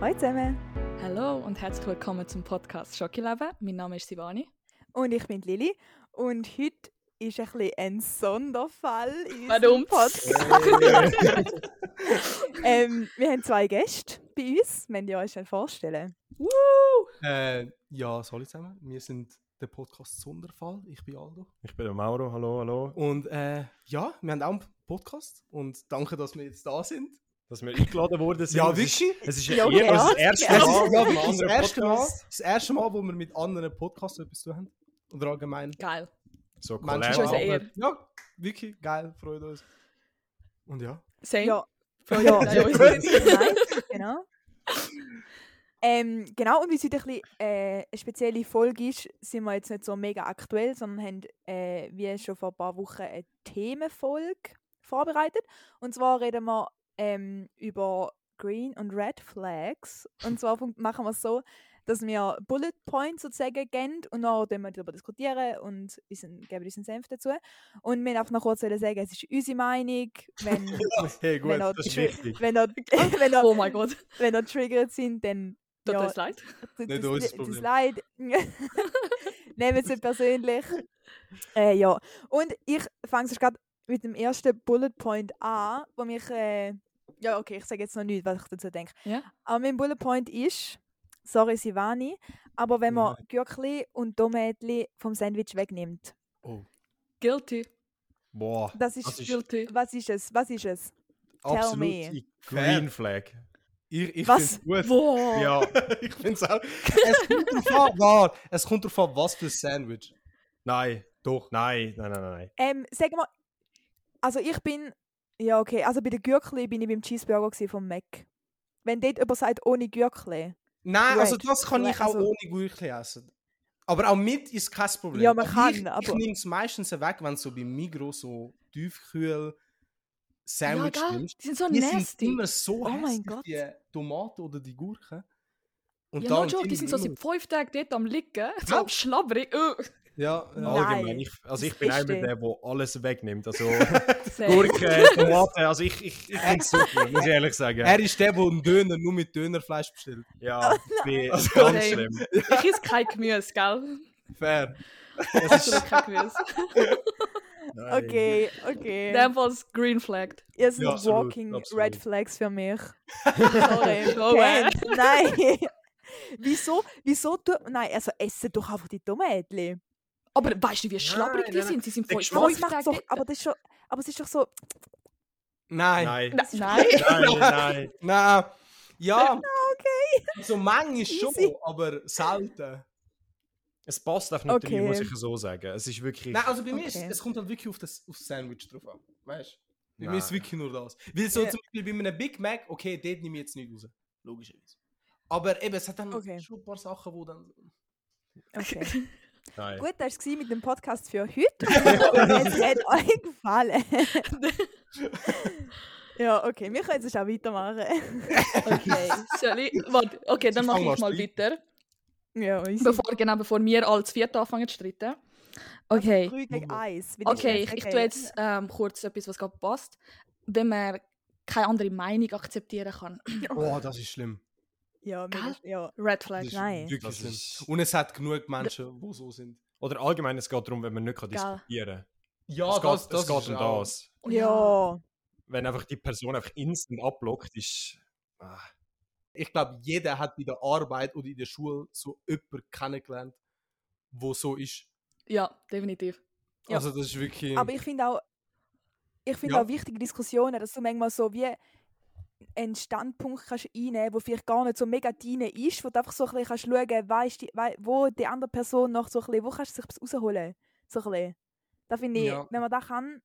Hallo zusammen. Hallo und herzlich willkommen zum Podcast Schokileben. Mein Name ist Sivani. Und ich bin Lili. Und heute ist ein, bisschen ein Sonderfall in Warum? unserem Podcast. ähm, wir haben zwei Gäste bei uns. Wenn ihr euch schnell vorstellen. Äh, ja, hallo zusammen. Wir sind der Podcast Sonderfall. Ich bin Aldo. Ich bin der Mauro, hallo, hallo. Und äh, ja, wir haben auch einen Podcast. Und danke, dass wir jetzt da sind. Dass wir eingeladen wurden sind. Es ist- Es ist Ja, ja, eher ja, das erste ja. Es ist, Mal. glaube mit ich, das anderen erste, Mal, Podcasts. das erste Mal, wo wir mit anderen Podcasts etwas zu tun haben. Oder allgemein. Geil. So also Menschen- ist unsere eh- Collab. Ehre. Ja, wirklich geil. Freut uns. Und ja. Same. Ja. ja. Ja. Nein, genau. Ähm, genau, und wie es heute ein bisschen, äh, eine spezielle Folge ist, sind wir jetzt nicht so mega aktuell, sondern haben, äh, wie schon vor ein paar Wochen, eine Themenfolge vorbereitet. Und zwar reden wir ähm, über Green und Red Flags. Und zwar fun- machen wir es so, dass wir Bullet Points sozusagen geben und dann tun wir darüber diskutieren und unseren, geben unseren Senf dazu. Und wir wollen einfach noch kurz sagen, es ist unsere Meinung. Wenn Hey, gut, Wenn er- das ist wichtig. wenn ihr, wenn ihr, Oh mein Gott, wenn ihr triggert sind, dann tut Ja. uns leid. tut Nicht das, unser das, das Problem. leid. Nehmt es persönlich. Äh, ja. Und ich fange jetzt gerade mit dem ersten Bullet Point an, wo mich. Äh, ja, okay, ich sage jetzt noch nicht, was ich dazu denke. Ja. Aber mein Bullet Point ist, sorry Sivani, aber wenn man Gürkli und Tomätli vom Sandwich wegnimmt, Guilty. Boah, das ist. Das ist- Guilty. was ist es? Was ist es? Tell me. absolute Green Flag. Ich, ich Was? find's gut. Wow. Ja, Ich finde es auch. Es kommt drauf an, war. Es kommt drauf an, was für ein Sandwich. nein, doch, nein, nein, nein, nein. nein. Ähm, sag mal, also ich bin, ja okay, also bei den Gürkli bin ich beim Cheeseburger gsi vom Mac. Wenn dort jemand sagt, ohne Gürkli. Nein, also Red das kann Flag, ich auch also- ohne Gürkli essen. Aber auch mit ist kein Problem. Ja, man Aber kann, ich, aber- Ich nehme es meistens weg, wenn du so bei Migros so Tiefkühl Sandwich ja, gell? nimmst. Die sind so Die sind nasty. immer so Oh mein hässlich, Gott. die Tomaten oder die Gurken. Und ja, no dann joke, die sind so seit fünf Tagen dort am Licken. So Ja. am Schlabberig. Uh, Ja, ja. Nein, Allgemein, ich, also ich bin ist eh- einer der. der, der alles wegnimmt. Also same. Gurken, Tomaten, also ich, ich, ich finde es super, muss ich ehrlich sagen. Er ist der, der einen Döner nur mit Dönerfleisch bestellt. Ja, nee, Also, ganz Same. schlimm. Ich esse kein Gemüse, gell? Fair. Absolut kein Gemüse. Nein. Okay, okay. In dem Fall ist green flagged. Ihr seid Ja, absolut, walking absolut. red flags für mich. Sorry, No way. Ken, nein. Wieso, wieso du, nein, also essen doch einfach die Tomätli. Aber weißt du, wie schlabberig die nein, nein. sind? Sie sind Der voll Aber, es fünf macht's Tage doch, dort. aber, das ist schon, aber es ist doch so, Nein. Nein. Na- Nein. Nein, nein. Nein. Ja. okay. So manchmal schon, Ah, Easy. aber selten. Es passt einfach nicht Okay. rein, muss ich so sagen. Es ist wirklich. Nein, also bei mir ist Okay. es kommt halt wirklich auf das, auf das Sandwich drauf an. Weißt du? Bei mir Nein. ist wirklich nur das. Weil so Ja. zum Beispiel bei einem Big Mac, okay, dort nehme ich jetzt nicht raus. Logischerweise. Aber eben, es hat dann Okay. schon ein paar Sachen, wo dann. okay. Nein. Gut, das war mit dem Podcast für heute. es hat euch gefallen. ja, okay, wir können jetzt auch weitermachen. Okay, soll ich? Warte, okay, dann Sie mache fangen ich mal an zu weiter. Ja, easy. Bevor, genau, bevor wir als Vierte anfangen zu streiten. Also, Okay, Drei gegen eins. wie die okay, ich, Schweiz. ich tue jetzt ähm, kurz etwas, was gerade passt. Wenn man keine andere Meinung akzeptieren kann. Oh, das ist schlimm. Ja, Gell? mega- ja. Red Das Flag. ist Nein. wirklich Das schlimm. ist- Und es hat genug Menschen, die so sind. Oder allgemein, es geht darum, wenn man nicht kann Geil. diskutieren kann. Ja, es geht, das, es geht um auch- das. Oh ja. Wenn einfach die Person einfach instant abblockt, ist. Ah. Ich glaube, jeder hat bei der Arbeit oder in der Schule so jemanden kennengelernt, wo so ist. Ja, definitiv. Ja. Also, das ist wirklich. Aber ich finde auch, ich finde Ja. auch wichtige Diskussionen, dass du manchmal so wie einen Standpunkt kannst einnehmen kannst, der vielleicht gar nicht so mega deine ist, wo du einfach so ein bisschen kannst schauen kannst, weisst du- wei- wo die andere Person noch so ein bisschen, wo kannst du sich etwas rausholen? So ein bisschen. Da finde ich, Ja. wenn man das kann,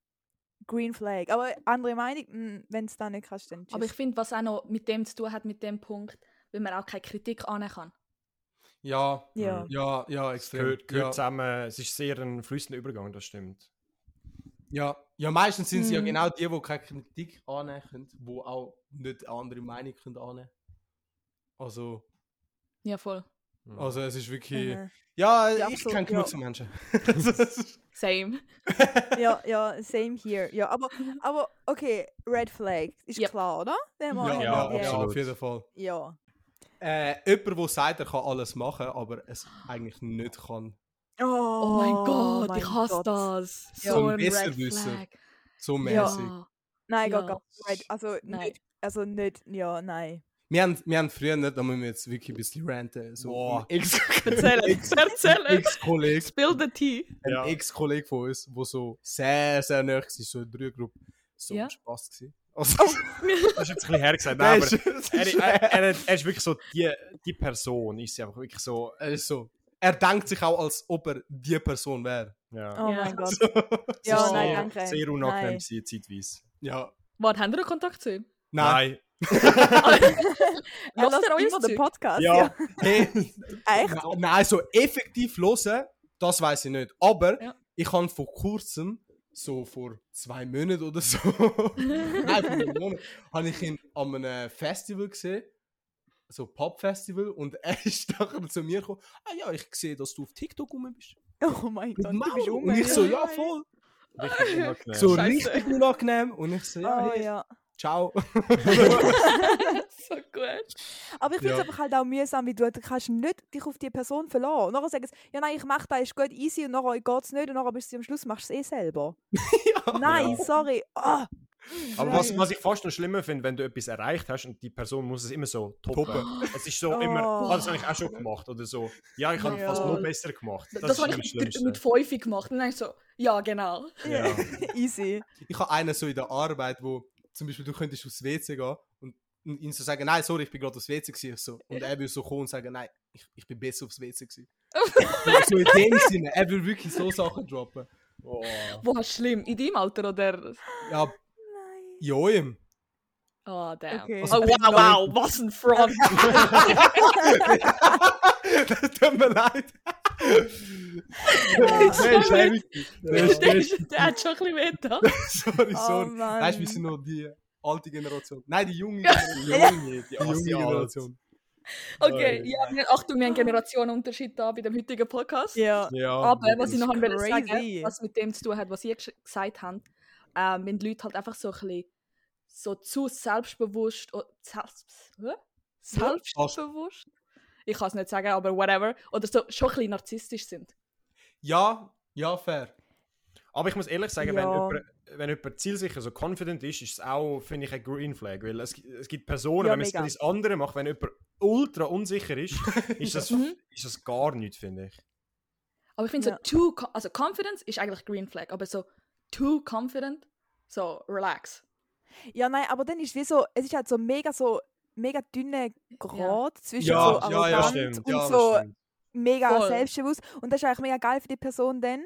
Green Flag. Aber andere Meinung, mm, wenn du es dann nicht kannst, dann tschüss. Aber ich finde, was auch noch mit dem zu tun hat, mit dem Punkt, wenn man auch keine Kritik annehmen kann. ja, ja. ja, ja, Es extrem. gehört, gehört ja. zusammen. Es ist sehr ein flüssender Übergang, das stimmt. Ja, ja meistens sind es ja Mm. genau die, die keine Kritik annehmen können, die auch nicht eine andere Meinung können annehmen Also, Ja, voll. Mhm. also es ist wirklich... Mhm. Ja, Ja, ich absolut, kenne genug ja. so Menschen. Same. ja, ja, same here. Ja, aber, aber okay, Red Flag ist Yep. klar, oder? Wenn Ja, man- ja, ja, absolut. auf jeden Fall. ja. Äh, jemand, der sagt, er kann alles machen, aber es eigentlich nicht kann. Oh, Oh, mein Gott, ich mein hasse Gott. das. Ja. So Zum ein Red Besserwisser. Flag. So mäßig. Ja. Nein, Ja. geht gar nicht. Also Nein. nicht. Also nicht, ja, nein. Wir, haben, wir haben früher nicht, da müssen wir jetzt wirklich ein bisschen ranten. So Boah. ein Ex- Erzählen, erzählen. Ex-Kollege Spill the tea. Ja. ein Ex-Kollege von uns, der so sehr, sehr nah war, so in der Gruppe. So Ja. ein Spaß gewesen. Also, Das ist jetzt ein bisschen hergesagt. der Nein, ist- aber das er, ist- er, er, hat- er ist wirklich so die, die Person. Ist sie einfach wirklich so. er ist so. Er denkt sich auch, als ob er die Person wäre. Ja. Oh Ja. mein Gott. So. Es ist Ja, sehr, nein, danke. Sehr unangenehm Nein. gewesen, zeitweise. Ja. Warte, habt ihr noch Kontakt zu ihm? Nein. Ja, Lasst ihr lasst euch immer den Podcast. Ja. Ja. Hey, Echt? na- nein, so effektiv hören, das weiß ich nicht. Aber Ja. ich habe vor kurzem, so vor zwei Monaten oder so, nein, vor einem Monat, habe ich ihn an einem Festival gesehen. So Pop-Festival und er ist nachher zu mir gekommen, ah ja, ich sehe, dass du auf TikTok rum bist. Oh mein mit Gott, du bist Maul. um. Und ich so, ja, voll. Richtig unangenehm. So Scheiße. richtig unangenehm. Und ich so, ja, Oh, hey, ja. ciao. so gut. Aber ich finde es Ja. einfach halt auch mühsam, wie du, du kannst nicht dich auf die Person verlassen. Und nachher sagen sie, ja nein, ich mache das, ist gut, easy, und nachher geht es nicht, und nachher bist du am Schluss, machst du es eh selber. Nein, Ja. sorry. Ah. Aber Ja. was, was ich fast noch schlimmer finde, wenn du etwas erreicht hast und die Person muss es immer so toppen. Es ist so Oh. immer, ah, das habe ich auch schon gemacht oder so. Ja, ich habe Ja. fast noch besser gemacht. Das, Das, das ist habe immer ich das mit, Schlimmste. mit 5 gemacht. Und dann so, ja, genau. ja. Easy. Ich habe einen so in der Arbeit, wo zum Beispiel du könntest aufs WC gehen und und ihm so sagen, nein, sorry, ich bin gerade aufs WC gewesen. Ich So. Und er will so kommen und sagen, nein, ich, ich bin besser aufs WC gewesen. so in dem Sinne, er will wirklich so Sachen droppen. Oh. Boah, schlimm. In deinem Alter oder? Ja, Nein. in eurem. Oh, damn. Okay. Oh, Also, wow, wow, was ein Front. das tut mir leid. sorry. Nein, der, ist ist- der hat schon ein bisschen weh da. Sorry, Oh sorry. Mann. Weißt du, wir sind noch die alte Generation. Nein, die junge Generation. Junge, die Die junge Generation. Generation. Okay, ja, wir, Achtung, wir haben Generationenunterschied da bei dem heutigen Podcast. Ja. Ja, Aber was ich noch ist wollte sagen, crazy. was mit dem zu tun hat, was ihr gesch- gesagt habt, ähm, wenn die Leute halt einfach so ein bisschen so zu selbstbewusst o- selbst, hä? selbstbewusst, ich kann es nicht sagen, aber whatever, oder so schon ein bisschen narzisstisch sind. Ja, ja, fair. Aber ich muss ehrlich sagen, wenn, Ja. jemand, wenn jemand zielsicher so confident ist, ist es auch, finde ich, ein Green Flag. Weil es, es gibt Personen, Ja, wenn man es mega. für das andere macht, wenn jemand ultra unsicher ist, ist das, Mhm. ist das gar nichts, finde ich. Aber ich finde Ja. so too, co- also confidence ist eigentlich green flag, aber so too confident, so relax. Ja, nein, aber dann ist wie so, es ist halt so mega so, mega dünne Grad zwischen Ja, so ja, ja, arrogant und Ja, das so stimmt. mega Voll. selbstbewusst. Und das ist eigentlich mega geil für die Person dann.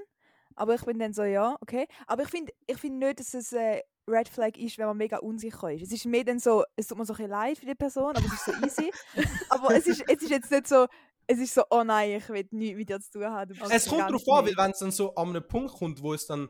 Aber ich bin dann so, ja, okay. Aber ich finde ich find nicht, dass es äh, Red Flag ist, wenn man mega unsicher ist. Es ist mir dann so, es tut mir so ein bisschen leid für die Person, aber es ist so easy. aber es ist, es ist jetzt nicht so, es ist so, oh nein, ich will nichts mit dir zu tun haben. du bist Es kommt gar darauf nicht an, mein- weil wenn es dann so an einen Punkt kommt, wo es dann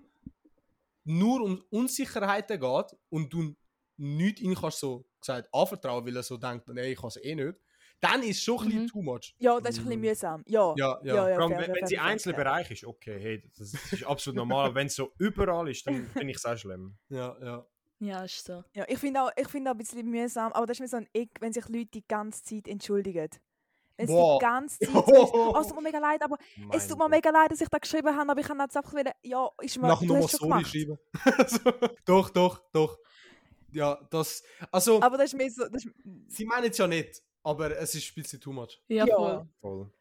nur um Unsicherheiten geht und du nichts ihm kannst so gesagt anvertrauen, weil er so denkt, nein, ich kann es eh nicht, dann ist es schon ein bisschen Mhm. too much. Ja, das ist ein bisschen Mhm. mühsam. Ja, Ja, ja. Vor allem, wenn, fair, wenn fair, sie fair, einzelne fair. Bereich ist, okay, hey, das ist absolut normal. Aber wenn es so überall ist, dann finde ich es auch schlimm. Ja, ja. Ja, ist so. Ja, ich finde auch, ich find auch ein bisschen mühsam, aber das ist mir so ein Eck, wenn sich Leute die ganze Zeit entschuldigen. Wenn sie Boah. die ganze Zeit. Oh, es tut mir mega leid, aber es tut mir Mein mega leid, dass ich das geschrieben habe, aber ich kann jetzt einfach wieder, ja, ist mir Nachher du nochmal hast schon sorry gemacht. schreiben. So. Also, doch, doch, doch. Ja, das. Also, Aber das ist mir so, das ist, sie meinen es ja nicht, aber es ist ein bisschen too much. Ja, Ja. voll. Gott, voll.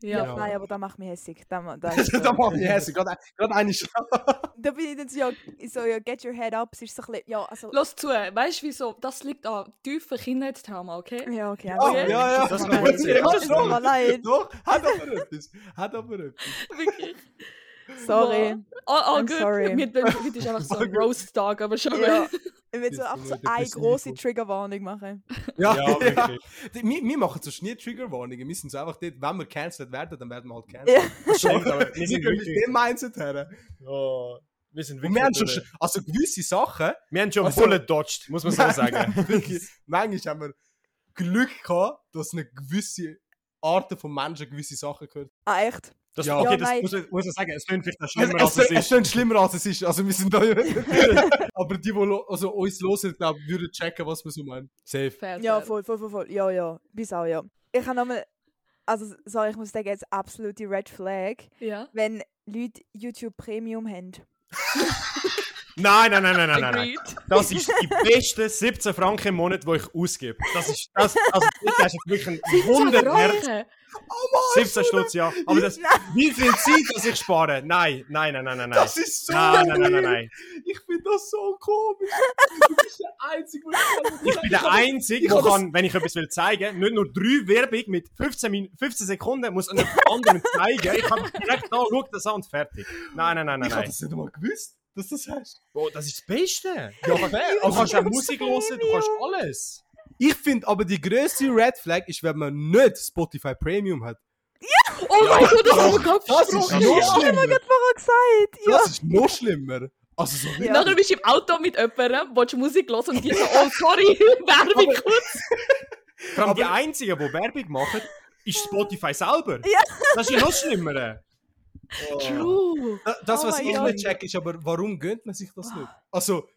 Ja. Ja. nein, aber das macht mich hässig. Da, ma- da, ist so, da mache ich hässlich. Gerade gerade eine Schraube. da bin ich dann so, ja, so, ja, get your head up, es ist so ein bisschen, ja, also, Los zu, weißt du wieso? Das liegt an tiefen Kindheitstrauma, okay? ja, okay. Oh, also- ja, ja. Das Nein, kommt sehr ja, gut. es tut mir leid, Doch, hat aber etwas. Hat aber etwas. Wirklich. sorry. Oh, oh I'm gut. sorry. Mit, mit, mit ist einfach so ein Roast-Tag, aber schon Ja. gut. Ich will so Bist du einfach so nicht eine depressiv grosse und- Triggerwarnung machen. Ja, ja. wirklich. Die- Wir, wir machen sonst nie Triggerwarnungen. Wir sind so einfach dort, wenn wir cancelled werden, dann werden wir halt cancelled. Ja. Das stimmt, aber wir Wir sind gehen mit wirklich. dem Mindset her. Oh, wir sind Und wirklich. wir haben schon, also gewisse Sachen, wir haben schon Also- Bullet dodged, muss man so sagen. wirklich, manchmal haben wir Glück gehabt, dass eine gewisse Arten von Menschen gewisse Sachen gehört. Ah, echt? Das, Ja. okay, Ja, das nein. muss, ich- muss ich sagen, es klingt vielleicht schlimmer, Es, als es es ist. klingt schlimmer als es ist. Also wir sind da. aber die, die lo- also uns hören, glaube ich, würden checken, was wir so meinen. Safe. Fair, Ja, fair. voll, voll, voll, voll. Ja, ja. Bis auch, ja. Ich habe nochmal, also sorry, ich muss sagen, jetzt absolute Red Flag, Ja. wenn Leute YouTube Premium haben. Nein, nein, nein, nein, nein, nein, nein. Agreed. Das ist die beste 17 Franken im Monat, die ich ausgebe. Das ist, das, also, das ist wirklich ein Wunder wert. Franken. 17 Stutz, ja. Aber das, wie viel Zeit, dass ich spare? Nein, nein, nein, nein, nein, nein. Das ist so nein, nein, nein, nein, weird. nein. Ich finde das so komisch. Du bist der Einzige, der Ich bin der Einzige, ich der kann das- kann, wenn ich etwas will zeigen, nicht nur drei Werbung mit 15, Min 15 Sekunden muss einem anderen zeigen. Ich habe direkt da, schau das an und fertig. Nein, nein, nein, nein, Ich habe nein. das nicht mal gewusst, dass das heißt. Boah, das ist das Beste. Ja, fair. Du kannst auch Musik hören, du kannst alles. Ich finde aber die grösste Red Flag ist, wenn man nicht Spotify Premium hat. Oh mein Gott, das haben wir gerade Das ist besprochen. Ja. noch schlimmer. Oh Vorher gesagt, ja. Das ist noch schlimmer. Also so Ja. Nachher bist du im Auto mit jemandem, willst Musik hören und die so, oh sorry, Werbung kurz. Vor allem die Einzigen, die Werbung machen, ist Spotify selber. Ja. Das ist ja noch schlimmer. True. Da- Das, Oh was mein ich Gott. Ah. nicht check, ist aber, warum gönnt man sich das nicht? Also,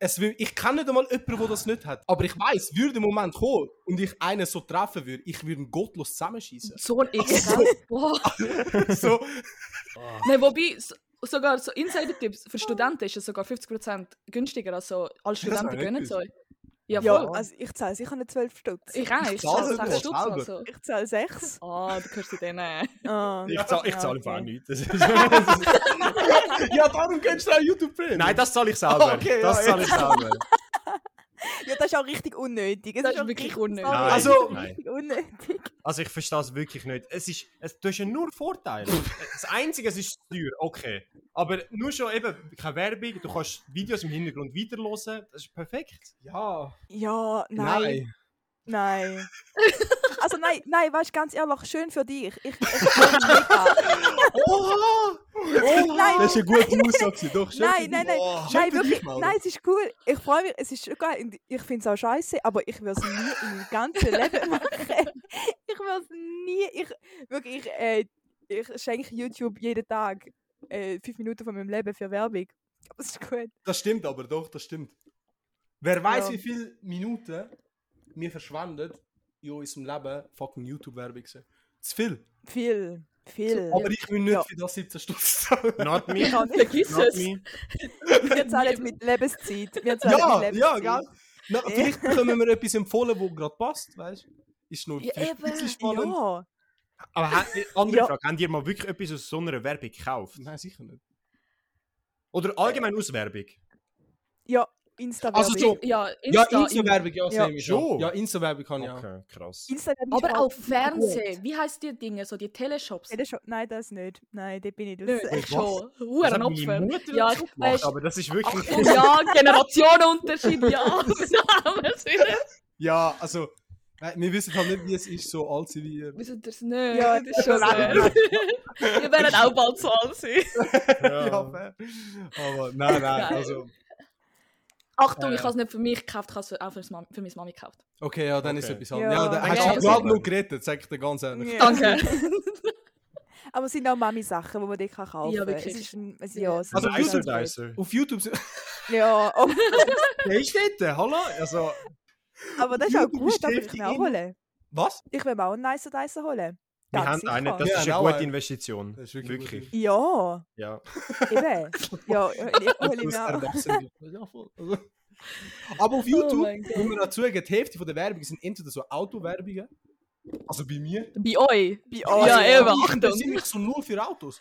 es, will- ich kenne nicht einmal jemanden, der das nicht hat. Aber ich weiß, würde der Moment kommen und ich einen so treffen würde, ich würde ihn gottlos zusammenschießen. So ein Ekel. Boah. so, Nein, wobei, so, sogar so Insider-Tipps für Studenten ist es sogar 50% günstiger. Also alle Studenten habe ich gönnen es nicht euch. Ja, Ja, voll. also ich zahle sicher nicht 12 Stutz. ich auch, ich zahle zahle sogar 6 Stutz selber. also. Ich zahle 6. Ah, du kannst sie denen. Ah. Ich zahle ich Ja, zahle okay. einfach nichts. Das ist- ja, darum gönnst du auch YouTube Premium. Nein, das zahle ich selber. Okay, ja, das ja. zahle ich selber. Ja, das ist auch richtig unnötig. Es Das ist auch wirklich richtig- unnötig. sorry, Nein, das ist Also- nein. richtig unnötig. Also ich verstehe es wirklich nicht. Es ist, es, du hast ja nur Vorteile. Das Einzige, es ist teuer, okay. Aber nur schon eben keine Werbung, du kannst Videos im Hintergrund weiterhören, das ist perfekt. Ja, Ja, nein. nein. Nein. also nein, nein, weißt du, ganz ehrlich, schön für dich. Ich, ich Oha! Nein. Das ist eine gute Aussage. Doch, schön Nein, für nein, nein. dich. Oh. Schön nein, für dich, wirklich, Mauro. nein, es ist cool. Ich freue mich, es ist schon geil. Und Ich finde es auch scheiße, aber ich würde es nie in meinem ganzen Leben machen. Ich würde es nie, ich, wirklich, ich, äh, ich schenke YouTube jeden Tag äh, fünf Minuten von meinem Leben für Werbung. Aber es ist gut. Das stimmt aber, doch, das stimmt. Wer weiß, Ja. wie viele Minuten wir verschwenden in unserem Leben fucking YouTube-Werbung. sind. Zu viel. Viel, viel. Aber ich will nicht Ja. für das 17 Stunden zahlen. Not me, Ja, Vergiss not es. me. wir zahlen jetzt mit Lebenszeit. Wir zahlen Ja, mit ja, Lebenszeit. gell? Na, vielleicht bekommen wir etwas empfohlen, das gerade passt, weißt du? Ist nur Ja, vielleicht ein eben. bisschen spannend. Ja, Aber ha- andere Ja. Frage, habt ihr mal wirklich etwas aus so einer Werbung gekauft? Nein, sicher nicht. Oder allgemein aus Werbung? ja, insta Also so, Ja, ja, Insta. Insta-Werbung, ja, Ja. sehen wir schon. Schon? Ja, Insta-Werbung kann ich auch. Okay, krass. Instagram ist aber auch auch Fernsehen. Wie heisst die Dinge? So die Teleshops? Nein, das schon- Nein, das nicht. Nein, dort bin ich Nö, raus. ich Was? schon. Das Huren hat meine Opfer. Mutter Ja, ja, ich gemacht, weiss. aber das ist wirklich... Achtung, ja, Generationenunterschied, ja. Da haben wir es wieder. Ja, also, nein, wir wissen halt nicht, wie es ist, so alt zu sein wie ihr. Wissen das nicht? Ja, das ist schon sehr. Wir werden auch bald so alt sein. Ja, fair. aber nein, nein, Geil. also. Achtung, Äh. ich habe es nicht für mich gekauft, ich habe es für- auch für, Mami, für meine Mami gekauft. Okay, ja, dann ist Okay. etwas anderes. Ja. Ja, dann hast Ja, du das gerade ist- noch gerettet, sag ich dir ganz ehrlich. Ja. Danke. Aber es sind auch Mami-Sachen, die man dort kann kaufen Ja, kann. wirklich. Es ist ein, es, Ja. ja, es ist Also ein Dicer Upgrade. Auf YouTube sind. Ja, oh, Wer ist dort? Hallo? Also, aber das ist auch YouTube gut, da will ich beschäftigt mir auch ihn. holen. Was? Ich will mir auch einen nicer Dicer holen. wir Ganz haben sicher. einen, das Ja, ist eine genau, gute einen. Investition. Das ist wirklich wirklich. eine gute Ja, Ja. eben. Ja, ich Oh, hole Das mir auch. Erwachsene. Ja, voll. Also- Aber auf Oh YouTube, mein Gott. muss man dazu sagen, die Hälfte von der Werbung sind entweder so Autowerbungen. Also bei mir. Also, Bei euch? Bei Ja, eben, ich Achtung. interessiere mich so nur für Autos.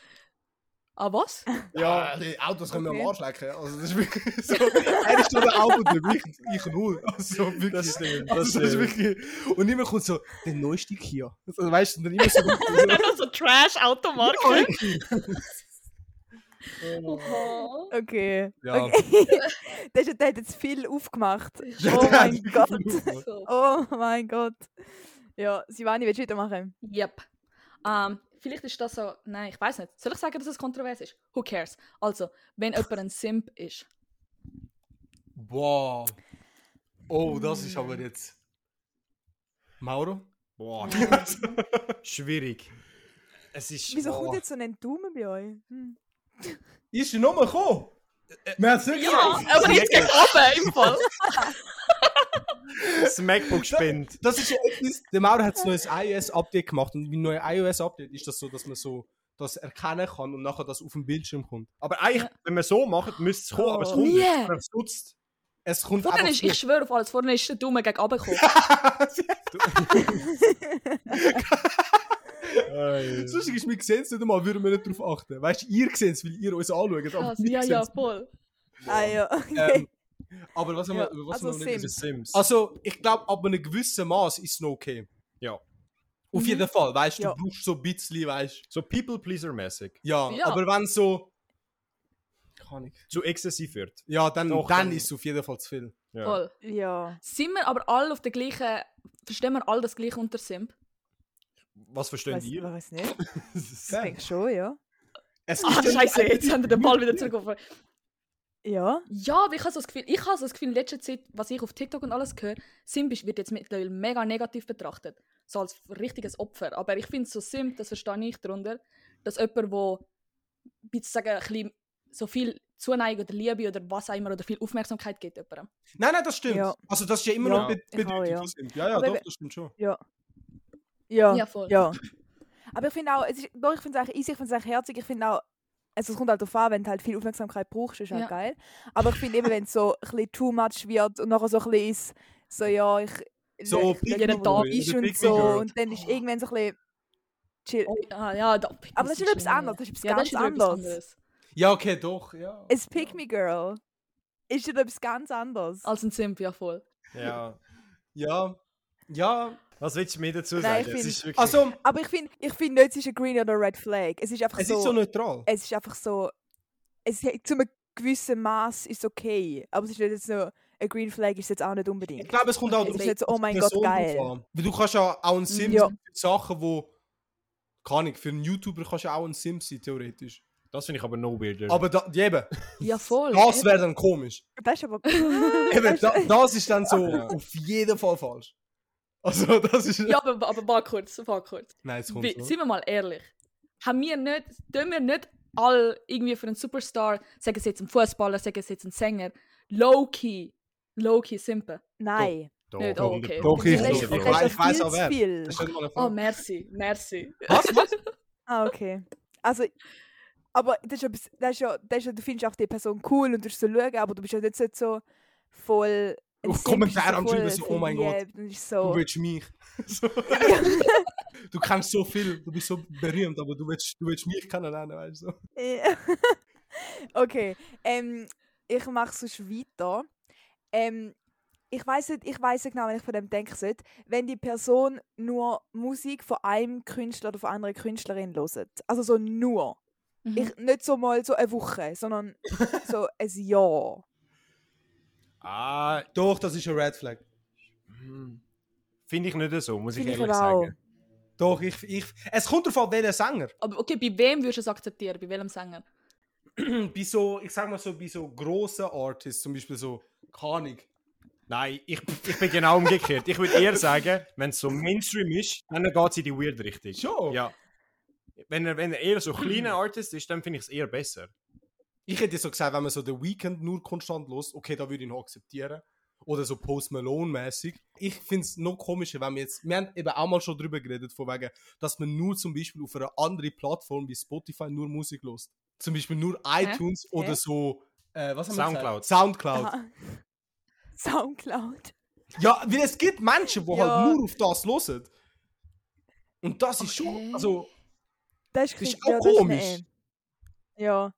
Ah, was? Ja, die Autos können wir Okay. am Arsch lecken. Also das ist wirklich so. Er ist nur der Autotyp, ich, ich null. Also wirklich. Das stimmt, das also, das ist stimmt. wirklich. Und immer kommt so, der neueste Kia. Also, weißt du, dann immer so. so so Trash-Automarke. Okay. Ja. okay. das ist, der hat jetzt viel aufgemacht. Oh mein Gott. So. Oh mein Gott. Ja, Sivani, willst du weitermachen? Yep. Ähm, vielleicht ist das so. Nein, ich weiß nicht. Soll ich sagen, dass es kontrovers ist? Who cares? Also, wenn jemand ein Simp ist. Boah. Oh, das ist aber jetzt. Mauro? Boah. Schwierig. Es ist. Wieso oh. kommt jetzt so ein Daumen bei euch? Hm. Ist die Nummer gekommen? Wir haben es nicht Ja, gesagt. aber jetzt geht oben im Fall. Das MacBook spinnt. Das ist ja etwas. Der Mauro hat ein neues iOS-Update gemacht und mit einem neuen iOS-Update ist das so, dass man so das erkennen kann und nachher das auf dem Bildschirm kommt. Aber eigentlich, wenn man so macht, müsste es kommen, aber es Oh. kommt nicht. Nie. Es ist versutzt. Es kommt Vorne einfach ist, ich schwöre auf alles, vorne ist der Daumen gegen oben gekommen. Äh, Sonst ist wir sehen es nicht einmal, würden wir nicht darauf achten. Weißt du, ihr seht es, weil ihr uns anschaut. Aber, Krass, wir ja, sehen ja, es. voll. Ah ja, okay. Ähm, aber was haben wir, Ja, über was also haben wir noch nicht Sims. Sims. Also, ich glaube, ab einem gewissen Maß ist es noch okay. Ja. Auf Mhm. jeden Fall, weißt du, Ja. du brauchst so ein bisschen, weißt du. So People-Pleaser-mäßig. Ja, Ja. aber wenn so. Kann ich. Zu exzessiv wird. Ja, dann, Doch, dann dann- ist es auf jeden Fall zu viel. Ja. voll. ja. Sind wir aber alle auf der gleichen. Verstehen wir alle das gleiche unter Simp? Was verstehen Weiß, ihr? weiß nicht. Ich Ja. denke schon, ja. Es ist Ah, ja- Scheiße, jetzt haben wir den Ball wieder zurückgeworfen. Ja. Ja, aber ich habe so das Gefühl, ich habe so das Gefühl, in letzter Zeit, was ich auf TikTok und alles höre, Simp ist- wird jetzt mittlerweile mega negativ betrachtet. So als richtiges Opfer. Aber ich finde so Simp, das verstehe ich darunter, dass jemand, wo sozusagen ein bisschen so viel Zuneigung oder Liebe oder was auch immer oder viel Aufmerksamkeit gibt jemandem. Nein, nein, das stimmt. Ja. Also, das ist ja immer Ja. noch be Ich auch, bedeutet. ja. Ja, ja, ja Aber doch, eben- das stimmt schon. Ja. Ja, voll. Ja. Aber ich finde auch, es ist, doch, ich finde es eigentlich easy, ich finde es eigentlich herzig, ich finde auch, also es kommt halt darauf an, wenn du halt viel Aufmerksamkeit brauchst, ist halt Ja. geil. Aber ich finde eben, wenn es so ein bisschen too much wird und nachher so ein bisschen ist, so ja, ich... So, ich- Pick ich- me boy ist oder und Pick me so girl. und dann ist irgendwann so ein bisschen... Chill. Ah, ja, da, Aber das ist wieder etwas schlimm, anderes, das ist etwas Ja, das ganz ist wieder etwas anderes. anderes. Ja, okay, doch, ja. Ein Pick-me-Girl ist wieder etwas ganz anderes. Als ein Simp, ja voll. Ja. Ja. Ja. Was willst du mir dazu Nein, ich sagen? es find- ist wirklich. Also, Aber ich finde ich find nicht, es ist ein Green oder Red Flag. Es ist einfach es so... ist so neutral. es ist einfach so, es zu einem gewissen Maß ist es okay, aber es ist nicht jetzt so, ein Green Flag ist es jetzt auch nicht Ich unbedingt. glaube, es kommt auch Es auf ist die jetzt so, oh mein Gott, Person geil. drauf an. Weil du kannst ja auch ein Sim Ja. sein für Sachen, wo... Kann ich, für einen YouTuber kannst du ja auch ein Sim sein, theoretisch. das finde ich aber no weirder. Aber da, eben, Ja, voll. das wäre dann komisch. Das ist aber Eben, da, das ist dann so Ja. auf jeden Fall falsch. Also, das ist... Ja, aber, aber war kurz, war kurz. Nein, es kommt Wie, so. sind wir mal ehrlich. Haben wir nicht, tun wir nicht all irgendwie für einen Superstar, sagen es jetzt ein Fußballer, sagen es jetzt ein Sänger, low-key, low-key simpen. nein. Doch, Nicht, oh, okay. Doch, Das ich- ist- ich- das ich- ist ich- ja ich- ich- weiss viel auch zu wer. viel. Das ist nicht mal eine Oh, Frage. merci, merci. Ah, okay. Also, aber das ist, ja bis- das ist ja, das ist ja, du findest auch die Person cool und du so schauen, aber du bist ja nicht so- so voll. ein Auf Simp, Kommentare so am voll Schreiben so, oh mein Gott. verliebt Und ist Du so, willst mich. So. du kennst so viel, du bist so berühmt, aber du willst, du willst mich kennenlernen, weißt du? So. Ja. Äh, okay, ähm, ich mache sonst weiter. Ähm, ich weiß nicht, ich weiß nicht genau, wenn ich von dem denken sollte. Wenn die Person nur Musik von einem Künstler oder von einer Künstlerin hört. Also so nur. Mhm. Ich, nicht so mal so eine Woche, sondern so ein Jahr. Ah, Doch, das ist ein Red Flag. finde ich nicht so, muss ich Finde ich ehrlich aber auch. sagen. Doch, ich, ich, es kommt darauf an, welcher Sänger. Aber okay, bei wem würdest du es akzeptieren? Bei welchem Sänger? bei so, ich sag mal so, bei so grossen Artists, zum Beispiel so, Kanig. Nein, ich, ich bin genau umgekehrt. Ich würde eher sagen, wenn es so Mainstream ist, dann geht es in die weird Richtung. Schon? Ja. Wenn er, wenn er eher so kleiner Artist ist, dann finde ich es eher besser. Ich hätte so gesagt, wenn man so The Weeknd nur konstant lost, okay, da würde ich noch akzeptieren. Oder so Post Malone-mäßig. Ich finde es noch komischer, wenn wir jetzt, wir haben eben auch mal schon drüber geredet, von wegen, dass man nur zum Beispiel auf einer anderen Plattform wie Spotify nur Musik lost. Zum Beispiel nur iTunes oder so, äh, was haben wir Soundcloud. Gesagt? Soundcloud. Aha. Soundcloud. Ja, weil es gibt Menschen, die Ja. halt nur auf das hören. Und das ist Okay. schon, also, Das ist, Das ist cringe, auch das ist komisch. eine- ja.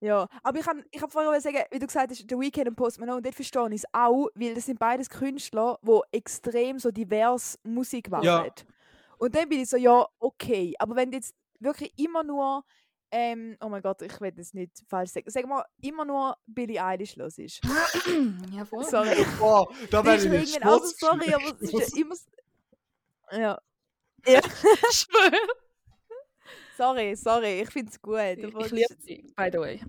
Ja, aber ich habe ich hab vorher wollen sagen, wie du gesagt hast, The Weeknd und Post Malone, dort verstehe ich es auch, weil das sind beides Künstler, die extrem so divers Musik machen. Ja. Und dann bin ich so, ja, okay, aber wenn du jetzt wirklich immer nur, ähm, oh mein Gott, ich will das nicht falsch sagen, sag mal, immer nur Billie Eilish los ist. ja, voll. Sorry, oh, da die wäre ich ist mir jetzt irgendwann auch so Schmutz sorry, aber es ist ja immer... s- Ja. ja. sorry, sorry, ich finde es gut. Ich, aber es ist- ich liebe sie, by the way.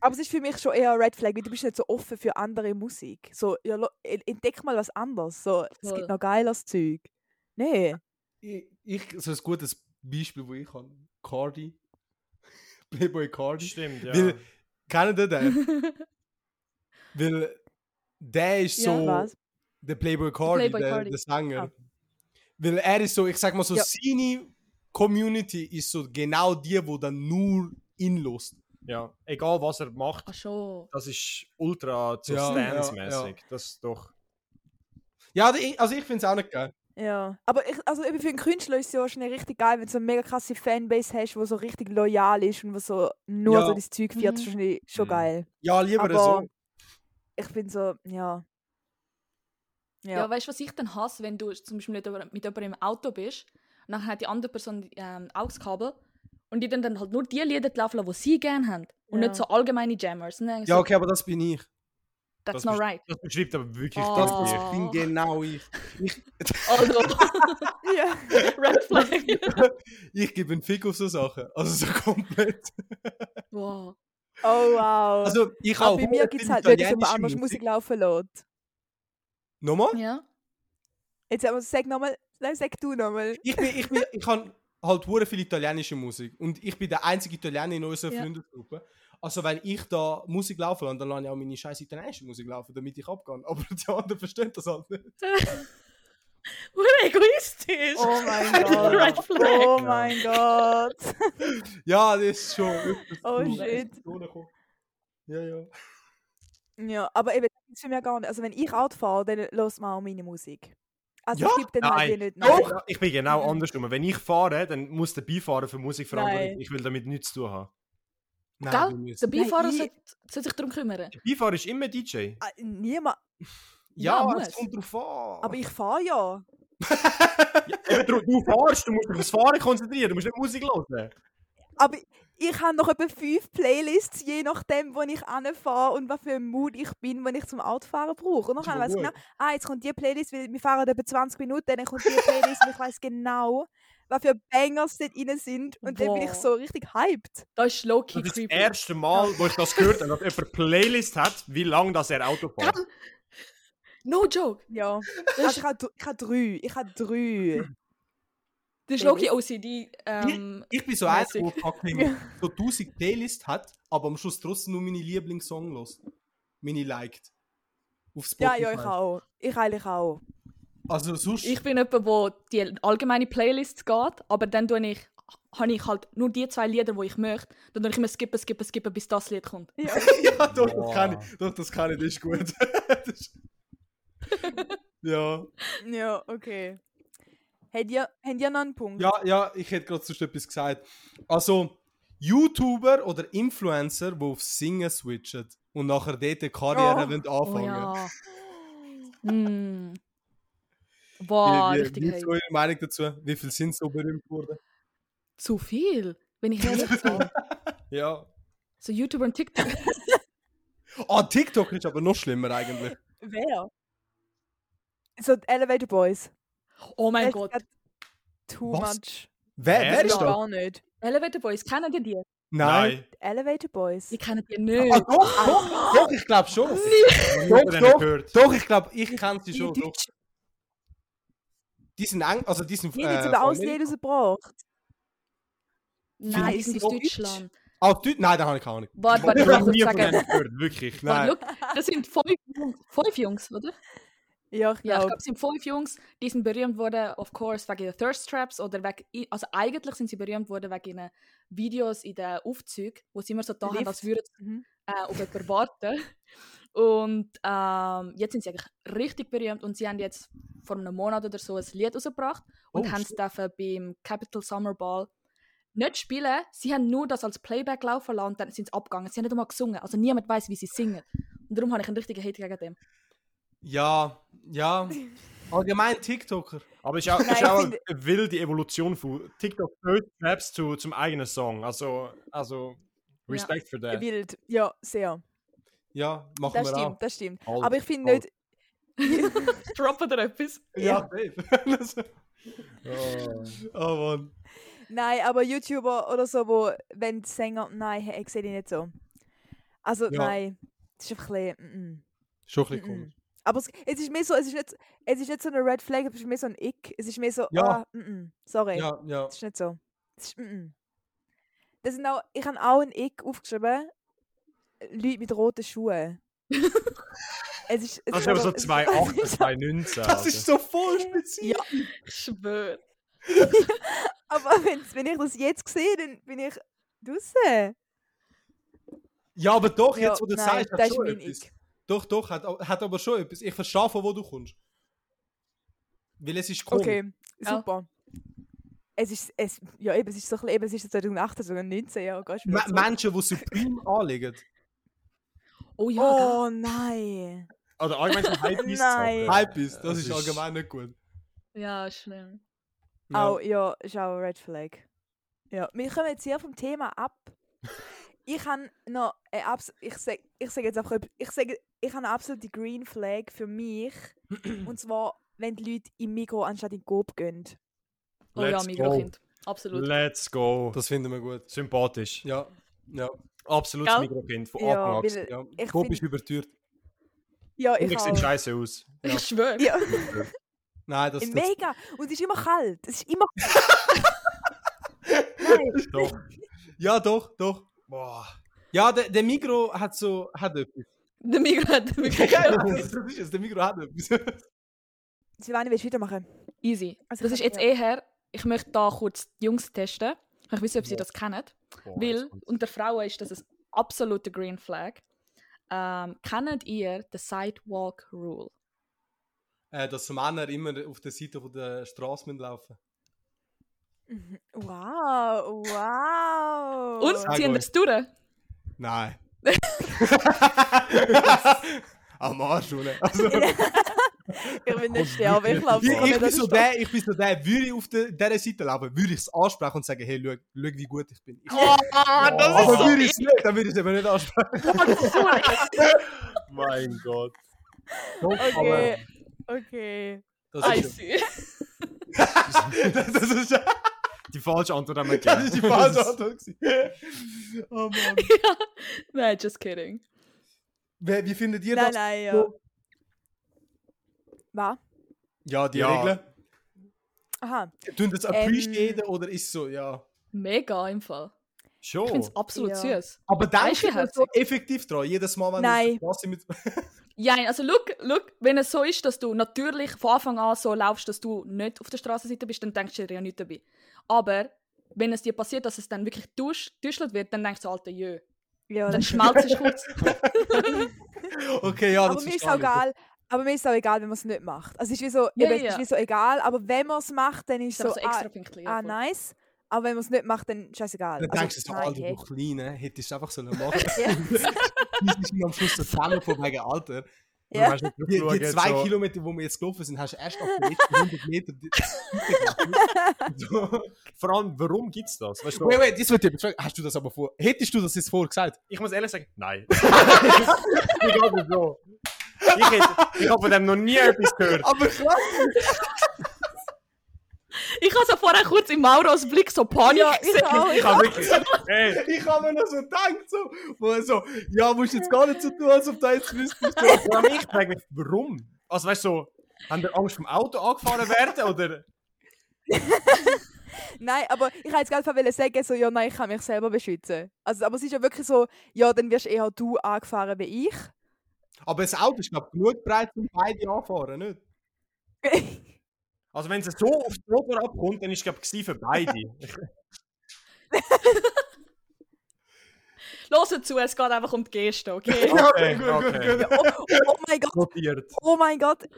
Aber es ist für mich schon eher ein Red Flag, weil du bist nicht so offen für andere Musik. So, ja, lo- en- entdeck mal was anderes. So, es Voll. gibt noch geiles Zeug. Nee. Ich, ich, so ein gutes Beispiel, das ich habe. Cardi. Playboy Cardi. Stimmt, ja. Weil- Kennt ihr den? Weil der ist so Was? Ah. der Playboy Cardi, Playboy der, Cardi. der Sänger. Weil er ist so, ich sag mal so, Ja. seine Community ist so genau die, wo dann nur ihn lost. ja. Egal was er macht, Ach schon. das ist ultra zu Ja, Stance-mäßig. Das ist doch. Ja, also ich, also ich finde es auch nicht geil. Ja. Aber ich, also eben für einen Künstler ist es ja schnell richtig geil, wenn du so eine mega krasse Fanbase hast, die so richtig loyal ist und die so nur Ja. so das Zeug fährt, Mhm. ist wahrscheinlich schon Mhm. geil. Ja, lieber Aber so. ich bin so, ja. Ja, Ja. weißt du, was ich dann hasse, wenn du zum Beispiel mit, jemand- mit jemandem im Auto bist und dann hat die andere Person ähm, AUX-Kabel und die dann, dann halt nur die Lieder laufen lassen, die sie gerne haben und Ja. nicht so allgemeine Jammers. Und dann Ja, so, okay, aber das bin ich. that's das not ist- right. Das beschreibt aber wirklich Oh. das Das hier. Oh. bin genau ich. Also, ja. Red Flag. Ich gebe einen Fick auf so Sachen. Also so komplett. wow. Oh wow. Also ich Aber auch. bei mir gibt es halt viel nicht, dass man italienische anders Musik laufen lässt. Nochmal? Ja. Jetzt aber sag nochmal, nein, sag du nochmal. Ich bin, ich bin, ich habe halt hure viel italienische Musik und ich bin der einzige Italiener in unserer Ja. Freundesgruppe. Also wenn ich da Musik laufen lasse, dann lasse ich auch meine scheiß italienische Musik laufen, damit ich abgehe. Aber die anderen verstehen das halt nicht. Hure egoistisch. Oh mein Gott. Red Flag. Oh mein Gott. Ja, das ist schon. wirklich Oh cool. shit. Ja, ja. Ja, aber eben, das ist für mich gar nicht. Also wenn ich Auto fahre, dann hört man auch meine Musik. Also Ja? ich gebe dann halt die Nein. nicht nach. Doch, ich bin genau andersrum. Wenn ich fahre, dann muss der Beifahrer für Musik verantwortlich Nein. Ich will damit nichts zu tun haben. Gell? Nein, wir Der müssen- Beifahrer Nein, ich- sollte soll sich darum kümmern. Der Beifahrer ist immer DJ. Ah, Niemand. Ja, ja, aber muss. es kommt drauf an. Aber ich fahre ja. Eben, drum- du fahrst, du musst dich aufs Fahren konzentrieren, du musst nicht Musik hören. Aber ich habe noch etwa fünf Playlists, je nachdem, wo ich anfahre und was für ein Mut ich bin, wenn ich zum Autofahren brauche. Und Ist nachher aber weiss ich gut. genau, ah, jetzt kommt die Playlist, weil wir fahren etwa 20 Minuten, dann kommt die Playlist und ich weiss genau, was für Bangers dort drin sind. Und dann bin ich Boah. so richtig hyped. Da ist Loki Das ist das creepy. erste Mal, wo ich das gehört habe, dass jemand eine Playlist hat, wie lange das er Auto fährt. No joke. Ja. Also ich habe dr- ich habe drei. Ich habe drei. Das ist Loki OCD. Ähm, ich bin so einer, Musik. der fucking so 1000 Playlist hat, aber am Schluss trotzdem nur meine Lieblingssong los. Meine liked. Auf Ja, Spotify. ja, ich auch. Ich eigentlich auch. Also sonst. Ich bin jemand, wo die allgemeine Playlist geht, aber dann tue ich, habe ich halt nur die zwei Lieder, die ich möchte. Dann tue ich immer skippen, skippen, skippen, bis das Lied kommt. Ja. Ja, doch, Boah. das kann ich. Doch, das kann ich, das ist gut. das ist... ja. ja, okay. Habt ihr, habt ihr noch einen Punkt? ja, ja, ich hätte gerade sonst etwas gesagt. Also, YouTuber oder Influencer, die auf Singen switchen und nachher dort eine Karriere Oh. wollen anfangen mm. Oh, Boah, wie, wie, richtig wie hate. ist eure Meinung dazu? Wie viele sind so berühmt worden? Zu viel, wenn ich ehrlich bin. Ja. So YouTuber und TikTok. Ah, TikTok ist aber noch schlimmer eigentlich. Wer? So die Elevator Boys. Oh mein Das Gott. ist Too Was? much. Wer, Hä? wer ist Ja. da? Gar nicht. Elevator Boys, kennen die die? Nein. Die Elevator Boys. Die kennen die Ah, nicht. doch, doch, doch, ich glaube schon. Nein. Doch, Doch, doch. gehört. Doch, ich glaube, ich kenne sie Die schon. Doch. Deutschen. Die sind eng, also die sind Die haben jetzt äh, aber alles Amerika. Lied rausgebracht. Nein, die Vielleicht sind so aus Deutschland. Ah, Deu- Nein, da habe ich keine Ahnung. Warte, warte, Ich ich habe muss nie von sagen. denen gehört, wirklich. Nein. Warte, schau, das sind fünf, Jungs- fünf Jungs, oder? Ja, ich Ja, ich glaube. glaube, es sind fünf Jungs, die sind berühmt worden, of course, wegen den Thirst Traps oder wegen, i- also eigentlich sind sie berühmt worden wegen ihren Videos in den Aufzügen, wo sie immer so da haben, Lift. als würden sie Mhm. äh, auf jemanden warten. Und ähm, jetzt sind sie eigentlich richtig berühmt und sie haben jetzt vor einem Monat oder so ein Lied rausgebracht und Oh, haben es dürfen beim Capital Summer Ball nicht spielen. Sie haben nur das als Playback laufen lassen und dann sind sie abgegangen. Sie haben nicht einmal gesungen, also niemand weiß, wie sie singen. Und darum habe ich einen richtigen Hate gegen dem. Ja, ja. Allgemein TikToker. Aber es ist auch, Nein, ist ich auch finde- eine wilde Evolution von TikTok Raps zu, zum eigenen Song. Also, also Respekt für den. Wild. Ja, sehr. Ja, machen Das wir stimmt, Ah, das stimmt. Alt, Aber ich finde alt. nicht. Droppen oder etwas? auch. Ja, safe. oh Mann. Nein, aber YouTuber oder so, wo, wenn die Sänger. Nein, hey, ich sehe die nicht so. Also, Ja. nein. Das ist einfach ein bisschen. mm, mm. Schon ein bisschen Mhm. komisch. Aber es, es ist mehr so, es ist, nicht, es ist nicht so eine Red Flag, aber es ist mehr so ein Ick. Es ist mehr so, Ja. ah, mm, mm, sorry. Ja, ja. Es ist nicht so. Es ist, mm, mm. Das sind auch, ich habe auch einen Ick aufgeschrieben. Leute mit roten Schuhen. es ist, es Das ist ist aber so es ist- 2,8, 2,19. Das ist so voll speziell. Ja, Ich schwöre. aber wenn's, wenn ich das jetzt sehe, dann bin ich draußen. Ja, aber doch, Ja, jetzt, wo du nein, sagst, das hat ist schon mein etwas. Ick. Doch, doch, hat, hat aber schon etwas. Ich verstehe, von wo du kommst. Weil es ist komisch. Okay, Ja. super. Es ist, es, ja eben, es ist so ein bisschen, eben, es ist 2018, sogar 19 Jahre, gehst du Me- wieder zurück. Menschen, die Supreme anlegen. Oh ja. gell? Oh nein. Oder allgemein so halb bis Nein. Hype ist, das, Das ist ist- allgemein nicht gut. Ja, schlimm. Ja. Auch, ja, ist auch ein Red Flag. Ja, wir kommen jetzt hier vom Thema ab. Ich habe noch eine abs ich sag, ich sag jetzt einfach etwas- ich sag, ich habe eine absolute Green Flag für mich und zwar wenn die Leute im Mikro anstatt in Coop gehen. Oh Let's ja, Mikrokind. Absolut. Let's go. Das finden wir gut. Sympathisch. Ja, ja, Absolutes Gell? Mikrokind von Ja, Anfang an. weil- ja. Ich Coop find- ist überteuert. Ja, Und ich ich sehe auch. scheiße aus. Ich schwöre. Ja, Nein, das, das mega und es ist immer kalt. Es ist immer kalt. Nein, Doch. Ja, doch, doch. Boah. Ja, der, der Mikro hat so. hat etwas. Der Mikro hat Ja, Mikro. das ist es, der Mikro hat etwas. Silvani, willst du weitermachen? Easy. Also das ich ist hab- jetzt ja. eher, ich möchte da kurz die Jungs testen. Ich weiß nicht, ob sie Ja. das kennen. Boah, Weil jetzt kommt's. unter Frauen ist das ein absoluter Green Flag. Ähm, kennt ihr die Sidewalk Rule? Äh, dass Männer immer auf der Seite von der Straße müssen laufen Mhm. Wow, wow. Und Sag ziehen euch. das durch? Nein. Am Arsch, oder? Also, Ich will nicht sterben, ich glaube. ich, ich, bin so der, ich bin so der, würde ich auf der, dieser Seite laufen, würde ich es ansprechen und sagen, hey, schau, schau wie gut ich bin. Ich, Oh, das aber würde ich es nicht, dann würde ich es eben nicht ansprechen. Oh mein Gott. Okay, okay. Das I ist, see. das, das ist, das Die falsche Antwort haben wir ist gegeben. die falsche Antwort. gewesen. Oh Mann. Nein, just kidding. Wer- Wie findet ihr Nein, das? nein, ja. so- Was? Ja, die Ja. Regeln. Aha. Tun das Ähm. appreciaten oder ist so, ja. Mega im Fall. Ich finde Schon. es absolut Ja. süß. Aber Weißt denkst du, du wie so effektiv dran? Jedes Mal, wenn halt Nein. du auf der Straße mit. Ja, also look, look, wenn es so ist, dass du natürlich von Anfang an so laufst, dass du nicht auf der Straßenseite bist, dann denkst du dir ja nichts dabei. Aber wenn es dir passiert, dass es dann wirklich duschelt wird, dann denkst du, Alter, jö. Ja, Dann das schmelzt es kurz. Okay, ja, das aber mir ist verstehe auch ich. egal. Aber mir ist auch egal, wenn man es nicht macht. Also es ist wie so, Ja, eben, ja. Es ist wie so egal, aber wenn man es macht, dann ist So, es so so, extra ah, Pünktchen. ja, ah, voll. nice. Aber wenn man es nicht macht, dann scheißegal. Dann Also, denkst du so, nein, Alter, hey. du Kleine, hättest du einfach so machen Ja. Das ist mir am Schluss so zusammen von wegen Alter. Du Ja. hast nicht Die, die draufgeschaut, zwei so. Kilometer, die wir jetzt gelaufen sind, hast du erst auf den letzten 100 Meter. die- die- so. Vor allem, warum gibt es das? Weißt du, Wait, wait, das wird ich fragen. Hast du das aber vor? Hättest du das jetzt vor gesagt? ich muss ehrlich sagen, nein. Egal wieso. Ich, hätte- ich habe von dem noch nie etwas gehört. Aber klar, Ich habe so vorher kurz im Mauros Blick so Panik Ja, ich gesehen. auch. Ich habe wirklich. Ey, ich habe mir noch so gedacht, so, wo er so, ja, musst jetzt gar nicht so tun, als ob du jetzt wüsstest. vor allem ich frage mich, warum? Also, weißt du, so, haben wir Angst vom Auto angefahren werden? Oder? Nein, aber ich wollte jetzt gerade vorhin sagen, so, ja, nein, ich kann mich selber beschützen. Also, aber es ist ja wirklich so, ja, dann wirst eher du angefahren wie Aber das Auto ist, glaube ich, genug breit, um beide anfahren, nicht? ich. Also, wenn es so auf die Motor abkommt, dann ist es, glaube ich, für beide. Hört zu, es geht einfach um die Geste, okay? Okay, gut, gut, okay. oh, oh mein Gott, Notiert. oh mein Gott.